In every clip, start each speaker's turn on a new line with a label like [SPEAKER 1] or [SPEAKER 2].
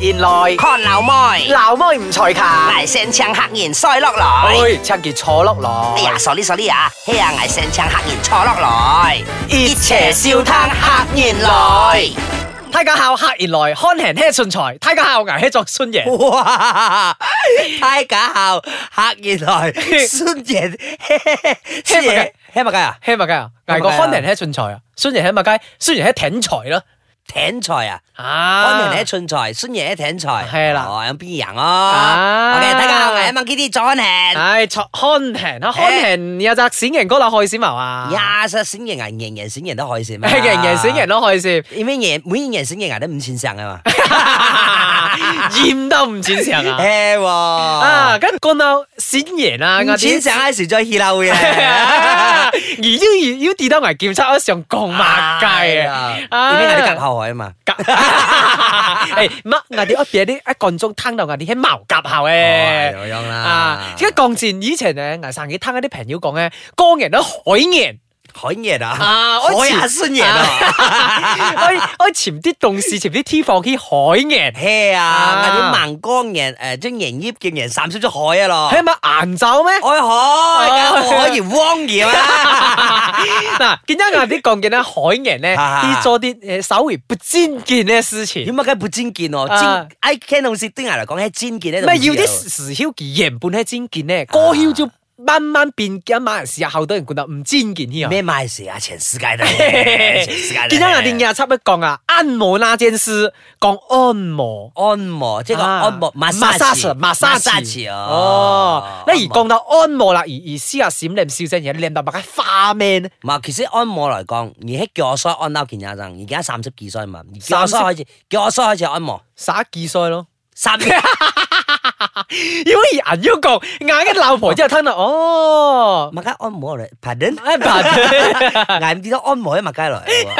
[SPEAKER 1] 現內，
[SPEAKER 2] 看老妹，
[SPEAKER 1] 鬧妹唔除牙，
[SPEAKER 2] 危聲槍嚇然衰落來。
[SPEAKER 1] 哎，赤件坐落
[SPEAKER 2] 哎
[SPEAKER 1] 來，
[SPEAKER 2] 呀，sorry à, sorry à, 啊，嘿呀，危聲槍嚇然坐落來，
[SPEAKER 1] 熱
[SPEAKER 2] 邪笑攤嚇然來。
[SPEAKER 1] 睇家孝客然來，看人吃信財，睇家孝牙吃作孫爺。
[SPEAKER 3] 哇！太假校客 原來孫 爺，孫爺吃乜雞啊？
[SPEAKER 1] 吃物雞啊，
[SPEAKER 3] 吃物雞啊
[SPEAKER 1] 捱過看人吃信財啊，孫爺吃物雞，孫爺吃挺財咯，
[SPEAKER 3] 艇財啊！
[SPEAKER 2] À.
[SPEAKER 1] 啊
[SPEAKER 3] 安人吃信財，孫爺吃艇財。
[SPEAKER 1] 係啦
[SPEAKER 3] 哦，有邊人
[SPEAKER 1] 啊
[SPEAKER 2] À.
[SPEAKER 3] 啊？OK，大家好，我係 Monkey D 左人。
[SPEAKER 1] 唉，坐看人啊，看人有隻閃人哥啦，害閃毛啊，
[SPEAKER 3] 呀！實閃人啊，人人閃人都可以閃咩？
[SPEAKER 1] 人人閃人，咯，害閃，
[SPEAKER 3] 因為人每人閃人啊都五千上啊嘛。
[SPEAKER 1] 厭都唔轉成
[SPEAKER 2] À.
[SPEAKER 1] 啊。
[SPEAKER 3] 誒喎，
[SPEAKER 1] 啊，跟講到閃人啊，
[SPEAKER 3] 五
[SPEAKER 1] 我
[SPEAKER 3] 千上嗰時再 h 嬲嘅。
[SPEAKER 1] 而要而要跌得埋檢測，上降物計 啊！
[SPEAKER 3] 因為我哋隔後海啊嘛。
[SPEAKER 1] 誒乜？我哋屋邊啲一個鐘攤到我哋喺茅夾校
[SPEAKER 3] 哦
[SPEAKER 1] 嘅。
[SPEAKER 3] 係咁樣
[SPEAKER 1] 啊
[SPEAKER 3] 啦！，
[SPEAKER 1] 而家講戰以前咧，牙生幾攤嗰啲朋友講咧，江人都海 人
[SPEAKER 3] 海爺啊，
[SPEAKER 1] 啊，
[SPEAKER 3] 海
[SPEAKER 1] 前
[SPEAKER 3] 下孫爺啊。
[SPEAKER 1] 我我潛啲洞視，潛啲 T 放啲海人，
[SPEAKER 3] 嘿啊！
[SPEAKER 1] 啊
[SPEAKER 3] 我啲孟江人誒將營業嘅人散出咗海啊咯，
[SPEAKER 1] 係咪顏走咩？
[SPEAKER 3] 愛海，梗係海而汪兒啦，
[SPEAKER 1] 嗱，見到我啲講嘅咧，海人咧，啲做啲誒稍微不沾見嘅事情
[SPEAKER 3] 點。解梗係撥尖劍喎？
[SPEAKER 1] 啊
[SPEAKER 3] 尖，I can 好似啲牙嚟講喺尖劍咧，
[SPEAKER 1] 咪要啲時曉嘅人半喺尖見咧，歌曉就慢慢變緊馬來西亞後多人覺得唔尖見添啊！
[SPEAKER 3] 咩啊賣事啊？全世界都係，全世界都
[SPEAKER 1] 見
[SPEAKER 3] 係
[SPEAKER 1] 到人哋廿七一講啊，按摩那件事講按摩。
[SPEAKER 3] 按摩，即係個按摩馬沙池，
[SPEAKER 1] 馬沙池
[SPEAKER 3] 池
[SPEAKER 1] 哦
[SPEAKER 3] 哦。。
[SPEAKER 1] 你而講到按摩啦，而而私下閃靚笑聲嘢，靚到白街花面，
[SPEAKER 3] 唔係，其實按摩嚟講，而喺腳腮按到件嘢陣，而家三十幾歲嘛，而腳
[SPEAKER 1] 三
[SPEAKER 3] 腮開始，腳腮開始按摩，
[SPEAKER 1] 耍幾衰咯。
[SPEAKER 3] 三 十。
[SPEAKER 1] 如果而人要講，硬嘅老婆之後聽到哦，
[SPEAKER 3] 麥雞按摩嚟，pardon，
[SPEAKER 1] 哎白
[SPEAKER 3] 挨唔見到按摩喺麥雞嚟。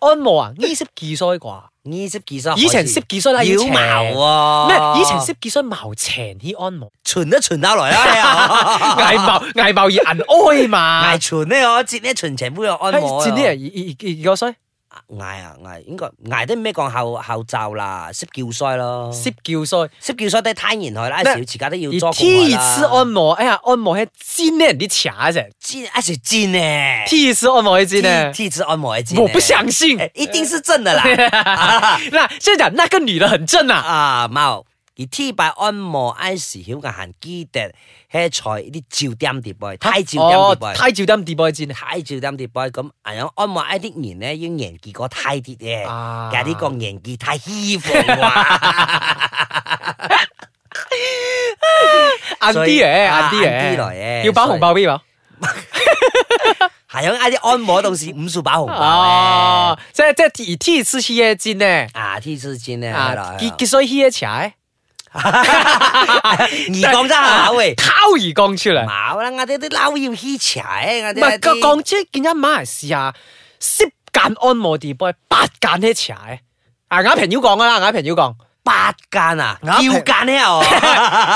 [SPEAKER 1] 按摩啊，呢識幾衰啩？
[SPEAKER 3] 呢濕幾衰，
[SPEAKER 1] 以前濕幾衰啦，以
[SPEAKER 3] 妖
[SPEAKER 1] 前
[SPEAKER 3] 毛啊！
[SPEAKER 1] 咩？以前識幾衰矛前啲按摩，
[SPEAKER 3] 傳都傳得來 啊！
[SPEAKER 1] 危貌危貌而銀哀嘛
[SPEAKER 3] 挨。傳呢，我接呢傳情杯又按摩啊。
[SPEAKER 1] 哎前啲人而而而個衰，
[SPEAKER 3] 挨啊挨，應該挨啲咩講後後罩啦，濕叫衰咯，
[SPEAKER 1] 涉叫衰。
[SPEAKER 3] 濕叫衰都係攤然去啦，一
[SPEAKER 1] 咩
[SPEAKER 3] 時而家都要
[SPEAKER 1] 而
[SPEAKER 3] 捉
[SPEAKER 1] T 次按摩，哎呀，按摩係煎啲人啲卡啫
[SPEAKER 3] 煎，一時煎呢
[SPEAKER 1] ，T 次按摩係煎呢？
[SPEAKER 3] ，T 字按摩係煎呢，
[SPEAKER 1] 我不相信。
[SPEAKER 3] 哎，一定是 真的啦
[SPEAKER 1] 嗱，即係講那個女的很正啊，
[SPEAKER 3] 啊貓。而 T 拜按摩 I 時曉嘅行基笛，吃菜啲照點碟噃，太照點
[SPEAKER 1] 哦
[SPEAKER 3] 碟，噃。
[SPEAKER 1] 太照得唔掂波煎啊。
[SPEAKER 3] 睇住擔碟杯咁，啊有按摩一啲年咧，要年結果太啲嘅，
[SPEAKER 1] 啊
[SPEAKER 3] 有啲個年結太欺啊 負喎，
[SPEAKER 1] 硬
[SPEAKER 3] 所
[SPEAKER 1] 啲
[SPEAKER 3] 以
[SPEAKER 1] 嘅，
[SPEAKER 3] 啊
[SPEAKER 1] 硬啲
[SPEAKER 3] 硬
[SPEAKER 1] 嘅，
[SPEAKER 3] 啲來嘅
[SPEAKER 1] 要包紅包俾嘛？
[SPEAKER 3] 係有嗌哎啲按摩同事五數把紅包
[SPEAKER 1] 哦
[SPEAKER 3] 咧，，
[SPEAKER 1] 即係即係而 T 次嘅煎呢？
[SPEAKER 3] 啊 T 恤先咧，係啦
[SPEAKER 1] 啊， 結結衰 here 起來，
[SPEAKER 3] 而講真啊下 喂，
[SPEAKER 1] 掏而講出嚟。
[SPEAKER 3] 冇啦，我哋啲撈要黐柴，我
[SPEAKER 1] 唔係
[SPEAKER 3] 哋
[SPEAKER 1] 個
[SPEAKER 3] 啲
[SPEAKER 1] 講真，見一馬來西亞十間按摩地波，八間啲斜嘅。啊，啱平要講噶啦，啱平要 講，
[SPEAKER 3] 八間啊，
[SPEAKER 1] 啱
[SPEAKER 3] 要間咧哦。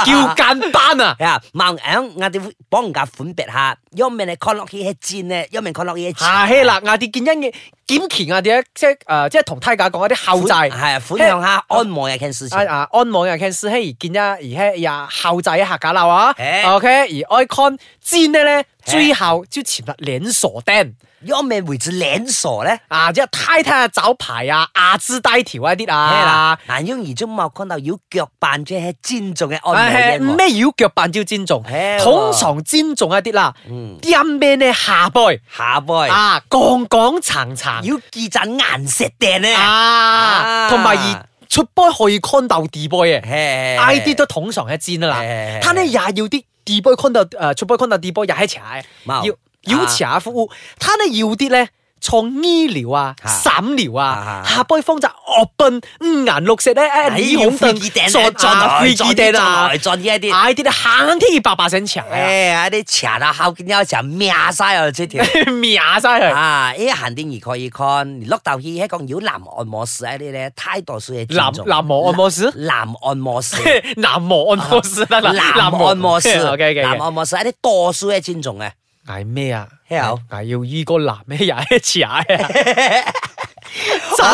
[SPEAKER 1] 叫間班啊，
[SPEAKER 3] 係啊，孟響我哋幫人家款別下，因為你 con 落去一戰咧，因為 con 落去一
[SPEAKER 1] 下氣啦，我哋見一嘅檢期，我哋啊即係誒，即係同梯架講一啲後
[SPEAKER 3] 係
[SPEAKER 1] 債。
[SPEAKER 3] 啊，款向下按摩嘅一件事情
[SPEAKER 1] 啊。啊！按網人 can 嘿，而見一而嘿呀後仔客家鬧啊
[SPEAKER 3] 嘿
[SPEAKER 1] ，OK 而 icon 煎呢咧
[SPEAKER 3] 嘿
[SPEAKER 1] 最後就潛入連鎖釘
[SPEAKER 3] 有咩位置領傻咧？
[SPEAKER 1] 啊，即係太太招牌啊，亞姿低條一啲
[SPEAKER 3] 係
[SPEAKER 1] 啊
[SPEAKER 3] 啦，，難因而中冇看到要腳扮住係尊重嘅
[SPEAKER 1] 啊
[SPEAKER 3] 按摩嘅，
[SPEAKER 1] 咩妖腳扮招尖中
[SPEAKER 3] 嘿，喎
[SPEAKER 1] 通常尖中一啲啦，
[SPEAKER 3] 嗯
[SPEAKER 1] 啲咩呢下背
[SPEAKER 3] 下背
[SPEAKER 1] 啊，降降層層
[SPEAKER 3] 要記陣顏色掟咧，
[SPEAKER 1] À. 啊，
[SPEAKER 3] 啊
[SPEAKER 1] 同埋而出波可以 con 到地波嘅，I D
[SPEAKER 3] 係
[SPEAKER 1] 都通常一尖啦
[SPEAKER 3] 嘿嘿，嘿
[SPEAKER 1] 他呢也要啲地波 con 到誒出波 con 到地波也係斜，
[SPEAKER 3] 冇
[SPEAKER 1] 要要斜下副，他呢要啲咧。創醫療啊、
[SPEAKER 3] 啊
[SPEAKER 1] 散療啊
[SPEAKER 3] 啊、啊
[SPEAKER 1] 下背方就惡奔五顏六色咧，誒
[SPEAKER 3] 係
[SPEAKER 1] 耳孔
[SPEAKER 3] 飛
[SPEAKER 1] 凳
[SPEAKER 3] 機掟
[SPEAKER 1] 撞
[SPEAKER 3] 咧，
[SPEAKER 1] 撞啊飛機釘啊
[SPEAKER 3] 來，撞呢一啲，
[SPEAKER 1] 嗌啲咧行天白白聲長 啊，
[SPEAKER 3] 誒啊啲斜啊後見有時候咩晒我出條。
[SPEAKER 1] 秒晒 佢。
[SPEAKER 3] 啊！依行啲而可以看，落豆耳喺講妖男按摩師喺啲咧，太多數嘅
[SPEAKER 1] 男男模按摩師，
[SPEAKER 3] 男按摩師。
[SPEAKER 1] 男模按摩師 得啦，
[SPEAKER 3] 男嗯按 摩師，
[SPEAKER 1] OK OK，
[SPEAKER 3] 男按摩師一啲多數係尊重嘅，
[SPEAKER 1] 嗌咩啊？
[SPEAKER 3] 嘿有
[SPEAKER 1] 嗌要依個男咩人一齊啊？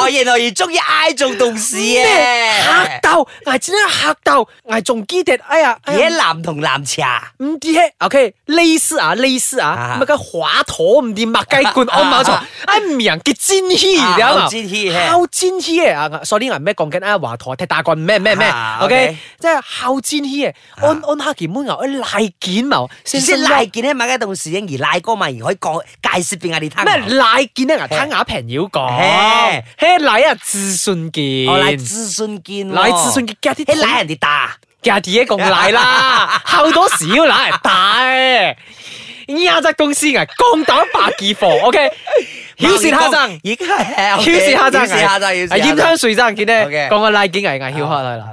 [SPEAKER 3] 我原來越中意挨做同事
[SPEAKER 1] 咩
[SPEAKER 3] 啊
[SPEAKER 1] 客！斗，挨真系客斗，挨仲基迪，哎呀，哎
[SPEAKER 3] 野
[SPEAKER 1] 呀，
[SPEAKER 3] 男同男茶，
[SPEAKER 1] 唔知嘿，OK，类似啊，类似啊
[SPEAKER 3] 啊，
[SPEAKER 1] 乜嘅华佗唔掂，麦雞罐安冇錯，哎，名叫真稀，你知
[SPEAKER 3] 啊好煎稀嘿
[SPEAKER 1] 烤煎稀嘅啊，sorry，我唔咩講緊啊，華佗踢大棍咩咩咩
[SPEAKER 3] 啊
[SPEAKER 1] ，OK，
[SPEAKER 3] OK
[SPEAKER 1] 即係烤煎稀嘅，安安黑件妹牛，哎，賴件冇，
[SPEAKER 3] 即
[SPEAKER 1] 先
[SPEAKER 3] 係賴件咧，買嘅同事而賴哥嘛，而可以講介紹俾我哋聽。
[SPEAKER 1] 咩賴件咧，牙睇牙平要講
[SPEAKER 3] 嘿，
[SPEAKER 1] 嘿賴啊自信件，
[SPEAKER 3] 我賴資訊件喎，
[SPEAKER 1] 賴自信件加啲
[SPEAKER 3] 你賴人哋打，
[SPEAKER 1] 家己一共奶 啦，好多時要奶嚟打嘅。呢家公司啊，降到一百幾貨，OK，曉 舌下爭，
[SPEAKER 3] 已經係
[SPEAKER 1] 曉舌下爭，
[SPEAKER 3] 曉舌下爭，曉舌下
[SPEAKER 1] 係
[SPEAKER 3] 爭
[SPEAKER 1] 煙香水爭，見呢
[SPEAKER 3] OK
[SPEAKER 1] 講個拉筋危危曉開來啦，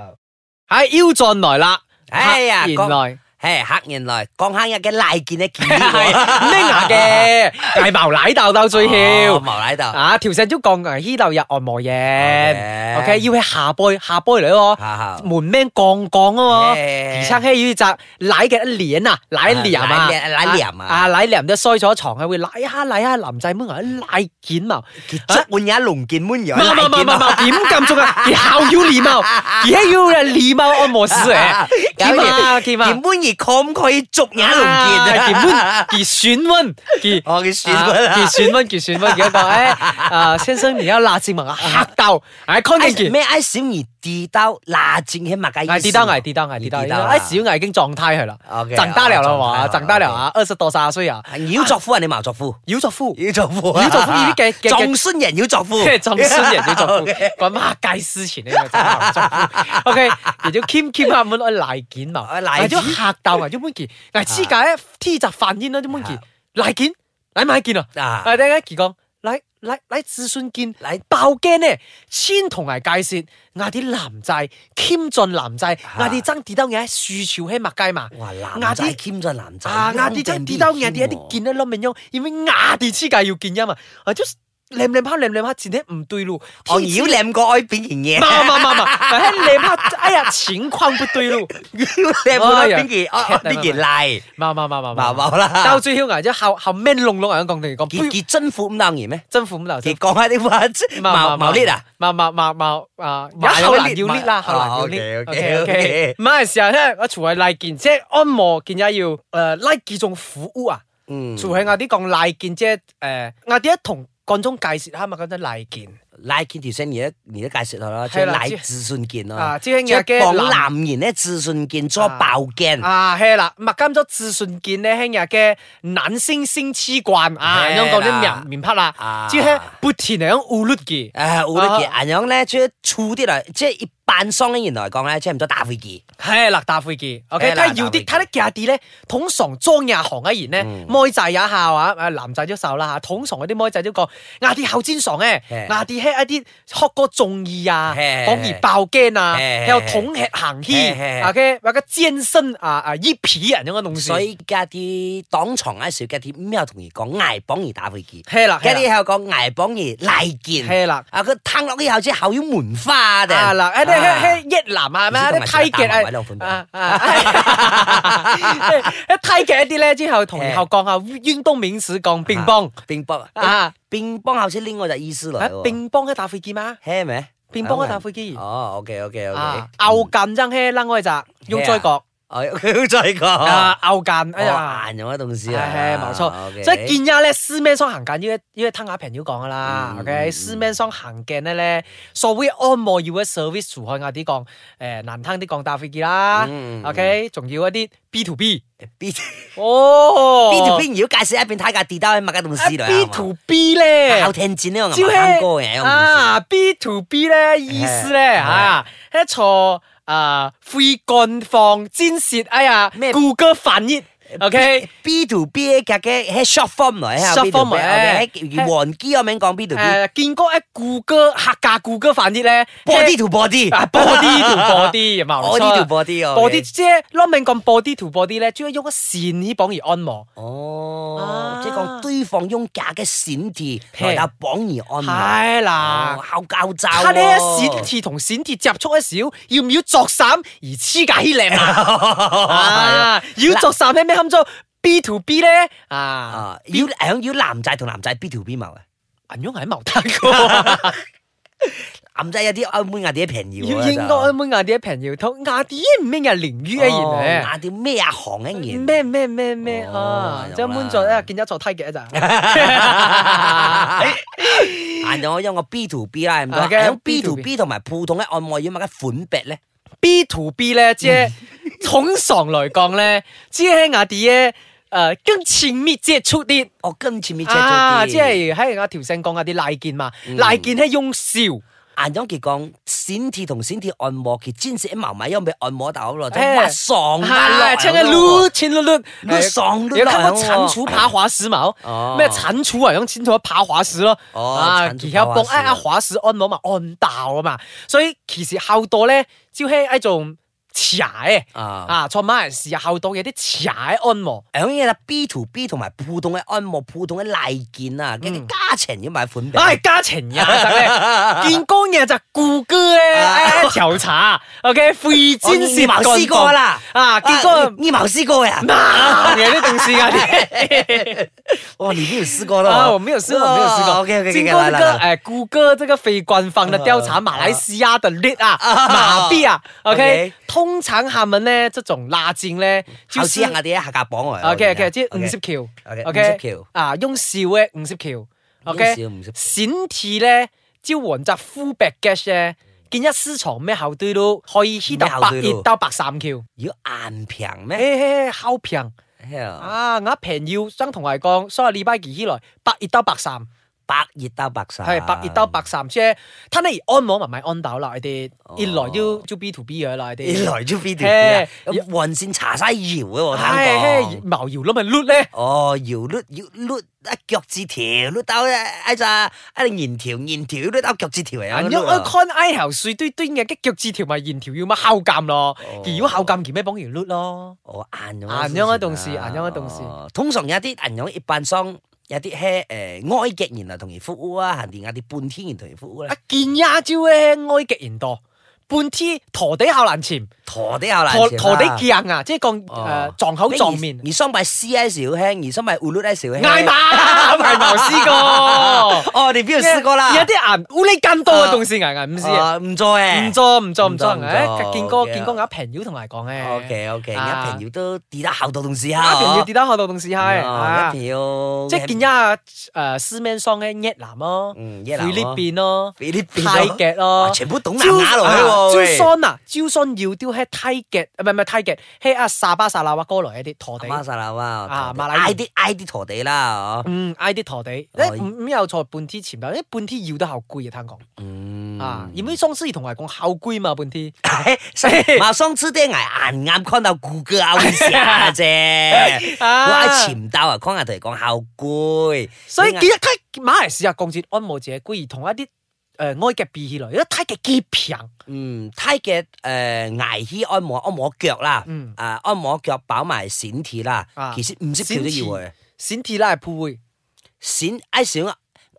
[SPEAKER 1] 係腰進來啦，
[SPEAKER 3] 哎呀
[SPEAKER 1] 黑原
[SPEAKER 3] 講
[SPEAKER 1] 來
[SPEAKER 3] 嘿，黑人來，講黑人嘅賴件咧，見呢 個
[SPEAKER 1] 係咩牙嘅，係毛奶豆豆最
[SPEAKER 3] 哦
[SPEAKER 1] 曉。
[SPEAKER 3] 毛奶豆。
[SPEAKER 1] 啊，條線都講嘅，呢度有按摩嘅
[SPEAKER 3] OK
[SPEAKER 1] ，OK，要喺下背下背嚟喎。
[SPEAKER 3] 好好
[SPEAKER 1] 門面降降啊嘛，
[SPEAKER 3] 嘿
[SPEAKER 1] 而且喺要摘奶嘅一臉啊，奶臉啊，
[SPEAKER 3] 啊奶臉啊
[SPEAKER 1] 啊奶臉都衰咗床啊，會奶下奶下男仔妹啊，奶件嘛，
[SPEAKER 3] 結束換也龍見滿樣，
[SPEAKER 1] 唔唔唔唔
[SPEAKER 3] 賴見啊。
[SPEAKER 1] 唔，點咁 重啊？佢校要禮貌，而且要禮貌按摩師 嚟，點啊點啊？À,
[SPEAKER 3] 見滿而抗拒，逐也龍見啊。
[SPEAKER 1] 結婚結選 婚結。
[SPEAKER 3] Ờ, 我嘅孫啊。
[SPEAKER 1] 啊結選婚結選婚，而家 講誒啊先生而家辣椒文啊黑豆，誒康健健。
[SPEAKER 3] 咩？哎，小兒地刀，嗱，正起擘雞
[SPEAKER 1] 矮啲
[SPEAKER 3] 先。
[SPEAKER 1] 到矮啲到矮啲到，
[SPEAKER 3] 地道啊。
[SPEAKER 1] 哎，小矮已經狀態係啦，
[SPEAKER 3] OK，
[SPEAKER 1] 長大了啦嘛，
[SPEAKER 3] 啊
[SPEAKER 1] 長大了啊，二十多三十歲啊，
[SPEAKER 3] À, 係，妖作夫啊，你矛作夫。
[SPEAKER 1] 妖作 夫，
[SPEAKER 3] 妖作夫啊。
[SPEAKER 1] 妖作夫，呢啲嘅-嘅-嘅-
[SPEAKER 3] 撞孫人妖作 夫。
[SPEAKER 1] 即係撞孫人妖作夫
[SPEAKER 3] OK，，
[SPEAKER 1] 講乜啊雞私錢呢個真係作夫，OK，而要 Kim Kim 啊下門愛賴哦件 嘛，
[SPEAKER 3] 啊賴件
[SPEAKER 1] 咗嚇到啊，啲妹件，嗱，知解啊 T 集飯煙啦，啲妹件
[SPEAKER 3] 啊
[SPEAKER 1] 賴件，賴買件啊，
[SPEAKER 3] 啊
[SPEAKER 1] 啊，大家奇講。嚟嚟嚟，自信見嚟爆驚呢，先同人介紹，嗌啲男仔，謙進男仔，
[SPEAKER 3] 啊
[SPEAKER 1] 嗌啲爭啲兜嘢，樹潮喺麥街嘛。
[SPEAKER 3] 哇，男仔
[SPEAKER 1] 嗌啲-
[SPEAKER 3] 謙咗男仔，
[SPEAKER 1] 啊，壓啲真啲兜嘢啲一啲見得咯，明用，因為壓啲黐界要見音嘛，啊，就舐舐下舐舐下，前啲唔對路，
[SPEAKER 3] 哦，妖舐過愛邊緣嘢。
[SPEAKER 1] 嘛嘛嘛嘛，喺舐下，哎呀，情況不對路，
[SPEAKER 3] 妖舐過愛邊緣-
[SPEAKER 1] 哎呀，
[SPEAKER 3] 愛邊緣賴。
[SPEAKER 1] 嘛嘛嘛嘛嘛，
[SPEAKER 3] 麻麻啦。
[SPEAKER 1] 到最後挨咗後後咩弄弄人講定講，
[SPEAKER 3] 結-結真苦咁當然咩？
[SPEAKER 1] 真苦唔流
[SPEAKER 3] 佢講下啲話，即係矛矛裂啊！！
[SPEAKER 1] 矛矛矛矛啊！
[SPEAKER 3] 矛
[SPEAKER 1] 有後欄要 lift 啦，後欄要 lift。
[SPEAKER 3] 哦，OK，OK，OK
[SPEAKER 1] OK，唔係時候咧，我除係賴件，即係按摩件也要誒賴件仲苦污啊！
[SPEAKER 3] 嗯，
[SPEAKER 1] 除係我啲講賴件即係誒，我啲一同觀眾介紹下嘛，講真賴件
[SPEAKER 3] 拉堅條聲，而家而家介紹下啦，即
[SPEAKER 1] 係
[SPEAKER 3] 係
[SPEAKER 1] 啦
[SPEAKER 3] 拉
[SPEAKER 1] 知
[SPEAKER 3] 自信健
[SPEAKER 1] 啊
[SPEAKER 3] 咯，
[SPEAKER 1] 知興
[SPEAKER 3] 即
[SPEAKER 1] 有嘅
[SPEAKER 3] 係講
[SPEAKER 1] 男
[SPEAKER 3] 男言咧自信健咗爆鏡，
[SPEAKER 1] 啊，係啦，麥金咗自信件咧，輕日嘅男星星黐慣啊，
[SPEAKER 3] 係
[SPEAKER 1] 香港啲
[SPEAKER 3] 啦
[SPEAKER 1] 面面拍啦
[SPEAKER 3] 啊，
[SPEAKER 1] 即係不停係咁烏碌嘅，
[SPEAKER 3] 誒，我得嘅，
[SPEAKER 1] 啊
[SPEAKER 3] 咁樣咧，即係粗啲嚟，即係扮喪咧，原來講咧，即係唔多打飛機，
[SPEAKER 1] 係啦，打飛機，OK，
[SPEAKER 3] 係啦
[SPEAKER 1] 但係要啲睇得嘅啲咧，通常裝廿行一言咧，妹仔也下啊，啊男仔都受啦嚇，通常嗰啲妹仔都講亞啲後尖爽咧，
[SPEAKER 3] 係
[SPEAKER 1] 亞啲係一啲學過綜藝啊，
[SPEAKER 3] 係
[SPEAKER 1] 講而爆驚啊，
[SPEAKER 3] 係
[SPEAKER 1] 有統吃行
[SPEAKER 3] 係
[SPEAKER 1] 牽
[SPEAKER 3] 係
[SPEAKER 1] ，OK，或者健身啊啊依皮人咁嘅東西，
[SPEAKER 3] 所以而家啲當床咧，少嘅啲咩同而講挨榜而打飛機，
[SPEAKER 1] 係啦，係
[SPEAKER 3] 而家
[SPEAKER 1] 啦
[SPEAKER 3] 啲喺度講挨榜而拉健，
[SPEAKER 1] 係啦
[SPEAKER 3] 啊佢攤落去後之後要門花啊定
[SPEAKER 1] 啊嗱，誒啲
[SPEAKER 3] 啊
[SPEAKER 1] 喺越南啊係咪啊
[SPEAKER 3] 唔
[SPEAKER 1] 啲
[SPEAKER 3] 知今日打麻
[SPEAKER 1] 泰
[SPEAKER 3] 麻
[SPEAKER 1] 劇
[SPEAKER 3] 兩
[SPEAKER 1] 啊
[SPEAKER 3] 款
[SPEAKER 1] 啊啊，一泰劇一啲咧之後同然後講下運動名詞講乒乓。
[SPEAKER 3] 乒乓
[SPEAKER 1] 啊
[SPEAKER 3] 啊，乒乓後先拎我就意思嚟
[SPEAKER 1] 啊
[SPEAKER 3] 喎，
[SPEAKER 1] 乒乓嘅打飛機嘛，
[SPEAKER 3] 係咪？
[SPEAKER 1] 乒乓嘅打飛機。
[SPEAKER 3] 哦，OK OK
[SPEAKER 1] 啊
[SPEAKER 3] OK，，
[SPEAKER 1] 牛間爭嘿，楞開咋，用再角
[SPEAKER 3] 哦， 佢再講
[SPEAKER 1] 啊，牛間，哎呀，
[SPEAKER 3] 難用嘅動詞
[SPEAKER 1] 係係
[SPEAKER 3] 啊，
[SPEAKER 1] 冇錯，即係見呀咧，斯曼桑行間呢一呢一攤下平要講噶啦
[SPEAKER 3] 嗯
[SPEAKER 1] ，OK，
[SPEAKER 3] 嗯
[SPEAKER 1] 斯曼桑行間咧咧，所謂按摩要嘅 service 除開我啲講，誒難聽啲講打飛機啦
[SPEAKER 3] 嗯嗯
[SPEAKER 1] ，OK，仲要一啲 B to B，
[SPEAKER 3] B
[SPEAKER 1] 哦啊
[SPEAKER 3] B to B 如果介紹一邊睇架地單喺麥家動詞嚟
[SPEAKER 1] ，B to B 咧，
[SPEAKER 3] 考聽戰呢個
[SPEAKER 1] 招
[SPEAKER 3] 牛
[SPEAKER 1] 嘿
[SPEAKER 3] 坑歌嘅
[SPEAKER 1] 啊，B to B 咧意思咧
[SPEAKER 3] 係
[SPEAKER 1] 啊，一坐啊灰干放煎舌，哎呀，
[SPEAKER 3] 咩
[SPEAKER 1] 谷歌翻譯，OK，
[SPEAKER 3] B to B 嘅嘅喺 short form 嚟喺
[SPEAKER 1] Short form 嚟
[SPEAKER 3] 喺
[SPEAKER 1] 係
[SPEAKER 3] 黃基個名講 B to B
[SPEAKER 1] 誒見過一谷歌客家谷歌翻譯咧
[SPEAKER 3] body to body
[SPEAKER 1] 啊 body to body 冇錯
[SPEAKER 3] body to body 啊
[SPEAKER 1] body 即係攞名講 body to body 咧，主要用個善呢幫而按摩，
[SPEAKER 3] 哦
[SPEAKER 1] 啊，
[SPEAKER 3] 即係講對方用假嘅閃電
[SPEAKER 1] 係
[SPEAKER 3] 嚟到榜而按
[SPEAKER 1] 係啦
[SPEAKER 3] 摩，。考教罩
[SPEAKER 1] 他呢
[SPEAKER 3] 喎
[SPEAKER 1] 閃 字同閃字接觸一少，要唔要作散而黐架起嚟 啊？啊，要作散咧咩？堪咗 B to B 咧啊，
[SPEAKER 3] 啊，要響要男仔同男仔 B to B 謀啊，
[SPEAKER 1] 銀絨係冇得噶，
[SPEAKER 3] 男仔有啲澳門亞啲平要
[SPEAKER 1] 要應該每牙啲平搖頭，牙啲咩嘅連於一然
[SPEAKER 3] 亞啲咩啊行一
[SPEAKER 1] 咧，
[SPEAKER 3] 年。
[SPEAKER 1] 咩咩咩咩
[SPEAKER 3] 哦
[SPEAKER 1] 啊，
[SPEAKER 3] 有
[SPEAKER 1] 就
[SPEAKER 3] 啦
[SPEAKER 1] 搬咗啊，見一座梯嘅咋，
[SPEAKER 3] 行咗我因為我 B to B 啦，咁多
[SPEAKER 1] 啊嘅
[SPEAKER 3] 咁
[SPEAKER 1] B
[SPEAKER 3] B
[SPEAKER 1] to
[SPEAKER 3] to B 同埋普通嘅按摩院乜嘅款別咧？
[SPEAKER 1] B to B 咧，即 係通常嚟講咧，即係牙啲咧，誒跟前面即係出啲。
[SPEAKER 3] 我跟前面借咗
[SPEAKER 1] 啊，
[SPEAKER 3] 啲，嗯
[SPEAKER 1] 即係喺我條聲講嗰啲賴健嘛，賴健係用笑，
[SPEAKER 3] 顏咗傑講閃鐵同閃鐵按摩，其真是一毛米，因為按摩到咯，就
[SPEAKER 1] 哎
[SPEAKER 3] 哇爽啊
[SPEAKER 1] 係
[SPEAKER 3] 落
[SPEAKER 1] 唱嘅嚕錢嚕嚕，
[SPEAKER 3] 那爽的
[SPEAKER 1] 有看
[SPEAKER 3] 了
[SPEAKER 1] 過蟾蜍爬滑石嘛？
[SPEAKER 3] 哦
[SPEAKER 1] 咩蟾蜍啊，用蟾蜍爬滑石咯，
[SPEAKER 3] 哦
[SPEAKER 1] 啊，
[SPEAKER 3] 蟾蜍
[SPEAKER 1] 其他
[SPEAKER 3] 爬滑
[SPEAKER 1] 幫
[SPEAKER 3] 石
[SPEAKER 1] 啊啊滑石按摩嘛，按爆啊嘛，所以其實後度咧，就係一種茶嘅，
[SPEAKER 3] 啊！
[SPEAKER 1] 啊，在馬來西亞後度有啲哎茶嘅按摩，
[SPEAKER 3] 響嘢啦，B to B 同埋普通嘅按摩、普通嘅賴健啊，嘅價錢要買款哦
[SPEAKER 1] 唉，
[SPEAKER 3] 別。
[SPEAKER 1] 哎家情嗯 呀，真係見工嘅就顧哥咧，哎 調查，OK，會
[SPEAKER 3] 我
[SPEAKER 1] 專
[SPEAKER 3] 你
[SPEAKER 1] 涉
[SPEAKER 3] 你冇試過啦，
[SPEAKER 1] 啊，結果
[SPEAKER 3] 你你冇試過呀？
[SPEAKER 1] 嗱嘅呢定是啊
[SPEAKER 3] 哦，你沒有試過
[SPEAKER 1] 啊，
[SPEAKER 3] 啦？
[SPEAKER 1] 我没有
[SPEAKER 3] 哦
[SPEAKER 1] 试过，我没有试过。
[SPEAKER 3] OK OK
[SPEAKER 1] 经
[SPEAKER 3] OK，
[SPEAKER 1] 过
[SPEAKER 3] 來
[SPEAKER 1] 这
[SPEAKER 3] 來
[SPEAKER 1] 个呃
[SPEAKER 3] 來，
[SPEAKER 1] 诶谷歌这个非官方的调查，马来西亚的 lit 啊
[SPEAKER 3] 啊
[SPEAKER 1] 麻痹啊，OK，
[SPEAKER 3] OK
[SPEAKER 1] 通常他们呢这种拉筋呢，就
[SPEAKER 3] 好
[SPEAKER 1] 是
[SPEAKER 3] 似我哋喺下架榜外。
[SPEAKER 1] OK OK，即系五十橋
[SPEAKER 3] OK，
[SPEAKER 1] ，OK
[SPEAKER 3] 五十橋
[SPEAKER 1] 啊，用笑嘅五十橋
[SPEAKER 3] 用
[SPEAKER 1] ，OK，
[SPEAKER 3] 笑50橋
[SPEAKER 1] 閃鐵咧，招黃集 full back gash 咧，見一私藏咩後堆都可以 hit
[SPEAKER 3] 咩
[SPEAKER 1] 到
[SPEAKER 3] 後
[SPEAKER 1] 白
[SPEAKER 3] 堆都
[SPEAKER 1] 熱到白三橋，
[SPEAKER 3] 要硬平咩？
[SPEAKER 1] 嘿嘿嘿好平
[SPEAKER 3] 啊
[SPEAKER 1] 啊！我平要想同我講，所以禮拜二以來白熱到白三。
[SPEAKER 3] 白熱到白晒，
[SPEAKER 1] 係白熱兜白衫啫，睇你安網咪咪安到啦，你哋
[SPEAKER 3] 哦
[SPEAKER 1] 一來要做 B to B 嘅啦，你
[SPEAKER 3] 你
[SPEAKER 1] 哋
[SPEAKER 3] 來咗 B to B 啊？
[SPEAKER 1] 嘿
[SPEAKER 3] 咁運線查晒搖嘅喎，
[SPEAKER 1] 係
[SPEAKER 3] 聽
[SPEAKER 1] 嘿
[SPEAKER 3] 講。
[SPEAKER 1] 矛搖咯咪攣咧，
[SPEAKER 3] 哦，搖碌搖碌一腳趾條碌到一咋一定沿條沿條碌到腳趾條嚟啊！
[SPEAKER 1] 人
[SPEAKER 3] 碌
[SPEAKER 1] 喐
[SPEAKER 3] 啊
[SPEAKER 1] 一 con I 頭碎堆堆嘅，激腳趾條咪沿條要咪敲監咯
[SPEAKER 3] 哦，
[SPEAKER 1] 而如果敲監條咩幫條攣咯，
[SPEAKER 3] 哦，硬咗
[SPEAKER 1] 硬咗一棟事硬咗一棟事
[SPEAKER 3] 哦通常有啲硬咗一半雙，有啲係誒埃及然後同人復烏啊，行電嗌啲半天然同人復烏
[SPEAKER 1] 一
[SPEAKER 3] 咧，
[SPEAKER 1] 見一招咧埃極人多。半 T 陀地後難潛，
[SPEAKER 3] 陀啲有
[SPEAKER 1] 陀
[SPEAKER 3] 難
[SPEAKER 1] 陀地夾啊，即係講
[SPEAKER 3] 哦
[SPEAKER 1] 誒撞口撞面，
[SPEAKER 3] 而雙拜 C S 小輕，而雙拜烏碌 S 小輕。
[SPEAKER 1] 嗌嘛，嗌冇試過，
[SPEAKER 3] 哦，你邊度試過啦？
[SPEAKER 1] 有啲人烏哩咁多嘅東西嗌嗌唔知啊。
[SPEAKER 3] 哦唔錯誒，
[SPEAKER 1] 唔錯唔錯唔
[SPEAKER 3] 唔錯
[SPEAKER 1] 錯，
[SPEAKER 3] 唔
[SPEAKER 1] 誒
[SPEAKER 3] 錯
[SPEAKER 1] 見哥
[SPEAKER 3] OK 啊
[SPEAKER 1] 見哥鴨平妖同埋講咧
[SPEAKER 3] O K O K，
[SPEAKER 1] 啊
[SPEAKER 3] 一瓶要都跌得後到同事
[SPEAKER 1] 鴨
[SPEAKER 3] 哈，
[SPEAKER 1] 平妖跌得學到同事係，
[SPEAKER 3] 哦
[SPEAKER 1] 啊
[SPEAKER 3] 一瓶要
[SPEAKER 1] 即係見一下誒斯曼桑嘅越南咯，
[SPEAKER 3] 嗯越南
[SPEAKER 1] 菲
[SPEAKER 3] 咯
[SPEAKER 1] 律賓咯，
[SPEAKER 3] 俾啲
[SPEAKER 1] 泰劇咯
[SPEAKER 3] 哇，全部東南亞
[SPEAKER 1] à,
[SPEAKER 3] 落去
[SPEAKER 1] 招
[SPEAKER 3] 喎，
[SPEAKER 1] 桑啊，招桑要雕喺泰劇，唔係唔係泰劇，喺阿沙巴沙拉哇哥來一啲陀
[SPEAKER 3] 馬
[SPEAKER 1] 地，
[SPEAKER 3] 薩拉哇
[SPEAKER 1] 啊，馬來
[SPEAKER 3] 拉啲挨啲陀地啦，哦
[SPEAKER 1] 嗯，I 啲陀地，
[SPEAKER 3] 哦
[SPEAKER 1] 誒唔唔有錯半天前頭，因為半天要都後攰嘅聽講，
[SPEAKER 3] Ừ. 嗯
[SPEAKER 1] 啊，而啲喪屍同埋講後攰嘛半 天，
[SPEAKER 3] 馬桑吃啲挨硬啱看到顧哥歐下啫，
[SPEAKER 1] 啊
[SPEAKER 3] 我喺潛鬥啊，康下同佢講後攰，
[SPEAKER 1] 所以
[SPEAKER 3] 你
[SPEAKER 1] 見一睇馬來西亞鋼鐵按摩者，故而同一啲誒、呃埃及比起來，一睇嘅結平，
[SPEAKER 3] 嗯，泰嘅誒挨起按摩按摩腳啦，
[SPEAKER 1] 嗯
[SPEAKER 3] 啊按摩腳飽埋閃鐵啦
[SPEAKER 1] 啊，
[SPEAKER 3] 其實五十條都要嘅。
[SPEAKER 1] 閃鐵啦係配會，
[SPEAKER 3] 閃挨閃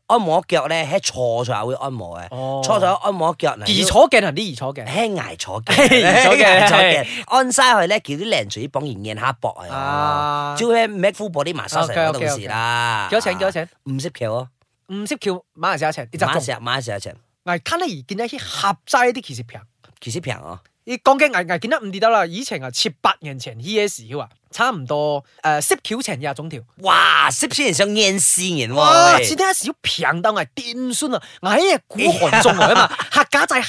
[SPEAKER 3] 按摩腳咧，喺坐上會按摩嘅，
[SPEAKER 1] 哦
[SPEAKER 3] 坐上按摩腳嚟。
[SPEAKER 1] 二坐鏡係啲二坐鏡。
[SPEAKER 3] 輕挨坐 嘅，
[SPEAKER 1] 嘿挨坐嘅
[SPEAKER 3] 挨坐
[SPEAKER 1] 係
[SPEAKER 3] 嘅，按晒佢咧，叫啲靚嘴幫然按下膊啊
[SPEAKER 1] 啊，
[SPEAKER 3] 招喺 Mac Full Body Massage 嗰
[SPEAKER 1] OK，OK，
[SPEAKER 3] 度時啦。
[SPEAKER 1] 幾多錢幾多錢？
[SPEAKER 3] 五十條哦，
[SPEAKER 1] 唔識叫馬來西亞尺，你就
[SPEAKER 3] 馬來
[SPEAKER 1] 中
[SPEAKER 3] 西。亞馬來西亞錢
[SPEAKER 1] 危睇你而見一啲合齋啲其實平，
[SPEAKER 3] 其實平哦，
[SPEAKER 1] 你講嘅危危見得唔跌得啦，以前啊切八人前 ES 啊，差唔多誒十條前廿種條。
[SPEAKER 3] 哇！攝先人想按先人
[SPEAKER 1] 哇！
[SPEAKER 3] 喎
[SPEAKER 1] 似，得一時要平到係掂酸啊！我喺古寒中嚟啊 嘛，客家仔烤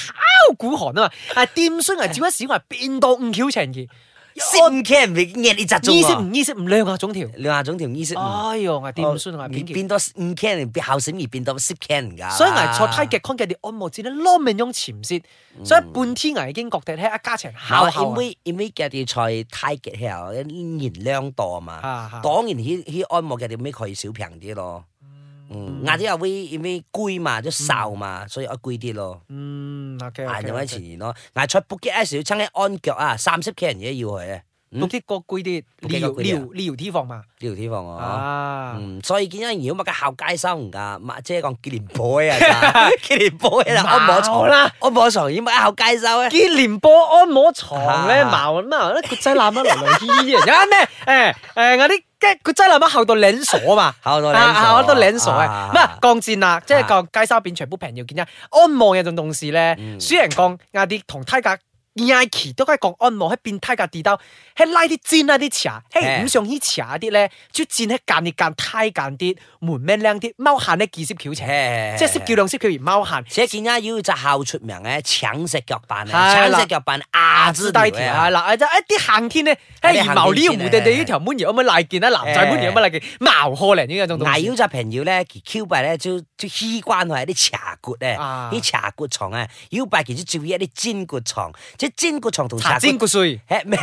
[SPEAKER 1] 古寒啊嘛，係掂酸係照一時我係變到五橋情嘅，
[SPEAKER 3] 攝唔 can 唔按你集中
[SPEAKER 1] 意識
[SPEAKER 3] 喎，
[SPEAKER 1] 唔意識唔亮啊種條，
[SPEAKER 3] 兩下種條意識唔。
[SPEAKER 1] 哎呦，我係
[SPEAKER 3] Ờ,
[SPEAKER 1] 掂酸我係偏見，
[SPEAKER 3] 變多唔 can 變後閃而變到攝 can 㗎。
[SPEAKER 1] 所以我係坐梯極康嘅啲按摩戰咧，攞命用潛舌，所以半天危已經覺得咧一家情
[SPEAKER 3] 好
[SPEAKER 1] 烤
[SPEAKER 3] 因
[SPEAKER 1] 烤
[SPEAKER 3] 為因為佢哋在泰極係有一年兩度啊嘛，
[SPEAKER 1] 啊啊
[SPEAKER 3] 當然佢佢按摩嘅點咩佢少平啲咯。嗯，亞啲又會因為攰嘛，都瘦嘛，所以我攰啲咯，
[SPEAKER 1] 嗯，OK
[SPEAKER 3] 硬
[SPEAKER 1] OK，
[SPEAKER 3] 咗喺前面咯。牙出 book 嘅時要撐喺按腳啊，三十 K 人嘢要佢啊，嗯
[SPEAKER 1] 嗰啲個攰啲，
[SPEAKER 3] 嗰啲
[SPEAKER 1] 撩
[SPEAKER 3] 個攰啲啊
[SPEAKER 1] 撩撩 T 房嘛，
[SPEAKER 3] 呢條地方我。
[SPEAKER 1] 啊，
[SPEAKER 3] 嗯，所以見到如果乜嘅後街生噶，乜即係講紀念 杯啊咋，紀念杯啊，按摩
[SPEAKER 1] 冇
[SPEAKER 3] 床
[SPEAKER 1] 啦，
[SPEAKER 3] 按摩床要乜後街收啊？
[SPEAKER 1] 啲連波按摩床咧，
[SPEAKER 3] 啊
[SPEAKER 1] à. 矛咁啊，啲個仔攬得嚟嚟依依嘅，有咩？誒誒，我啲跟住佢真係諗下後到攣鎖嘛，
[SPEAKER 3] 後到攣鎖
[SPEAKER 1] 啊啊後到攣鎖
[SPEAKER 3] 啊
[SPEAKER 1] 嘅，唔係鋼戰啦，即係鋼街沙片全部平要見一安望有種東西咧，雖然講亞啲同梯格。Nike 都可以講安望喺變梯格地兜，喺拉啲尖拉啲斜，
[SPEAKER 3] 係
[SPEAKER 1] 喺唔上啲斜啲咧，就戰喺間啲間梯間啲門咩靚啲，踎行咧幾攝橋斜，即係攝橋兩攝橋而踎行，
[SPEAKER 3] 且見家啊要隻校出名嘅搶食腳板啊，
[SPEAKER 1] 係啦
[SPEAKER 3] 搶食腳板亞
[SPEAKER 1] 知
[SPEAKER 3] 字
[SPEAKER 1] 低
[SPEAKER 3] 條
[SPEAKER 1] 條係
[SPEAKER 3] 啊，
[SPEAKER 1] 啦，就一啲行天咧，喺
[SPEAKER 3] 啲
[SPEAKER 1] 而
[SPEAKER 3] 行
[SPEAKER 1] 毛呢
[SPEAKER 3] 天
[SPEAKER 1] 糊地地
[SPEAKER 3] 先
[SPEAKER 1] 呢
[SPEAKER 3] 係
[SPEAKER 1] 條門而可唔可以賴件咧？男仔門而可唔可以賴件？矛可能已經有種東
[SPEAKER 3] 捱
[SPEAKER 1] 西
[SPEAKER 3] 腰隻朋友咧，佢 Q 幣咧就就稀關佢係啲茶骨咧，
[SPEAKER 1] 啊
[SPEAKER 3] 啲茶骨床啊，腰幣其實照一啲尖骨床，即係尖骨床同
[SPEAKER 1] 茶
[SPEAKER 3] 茶骨
[SPEAKER 1] 尖。骨碎。
[SPEAKER 3] 嘿 咩？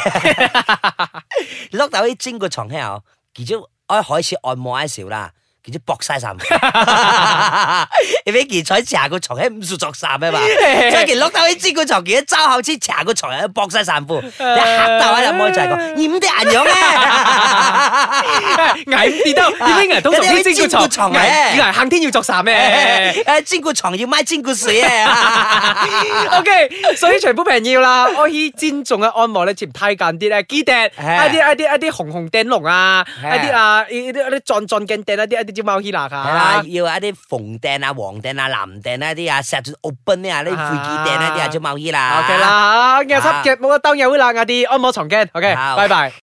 [SPEAKER 3] 碌到啲煎個床喺後，佢就我開始按摩一少啦，佢就搏晒衫。你俾佢彩搽個床喺五數作衫啊嘛，所以佢碌到啲煎個床，佢一周後先搽個床喺搏晒衫褲，一嚇到喺入摸就係講染啲人樣咩？
[SPEAKER 1] 挨唔跌得，點解挨通常啲尖
[SPEAKER 3] 有
[SPEAKER 1] 骨
[SPEAKER 3] 啲尖
[SPEAKER 1] 床？
[SPEAKER 3] 骨牀
[SPEAKER 1] 挨
[SPEAKER 3] 嘅
[SPEAKER 1] 挨行天要作啥咩
[SPEAKER 3] 誒，煎個床要買煎個水啊！
[SPEAKER 1] ？OK，所以全部平要啦。我以尖中嘅按摩咧，前太間啲咧，基笛，一啲一啲一啲紅紅頂龍啊，一啲啊一啲一啲撞撞鏡頂一啲一啲叫貓希臘
[SPEAKER 3] 係啦
[SPEAKER 1] 啊，。
[SPEAKER 3] 要一啲紅掟啊、黃掟啊、藍掟啊啲啊，石住 à, open 啲啊，啲灰機掟啊啲啊，做貿易啦。
[SPEAKER 1] OK 啦，嚇，廿七嘅冇得當有啦，嗌啲按摩床鏡。OK，
[SPEAKER 3] 好
[SPEAKER 1] 拜拜。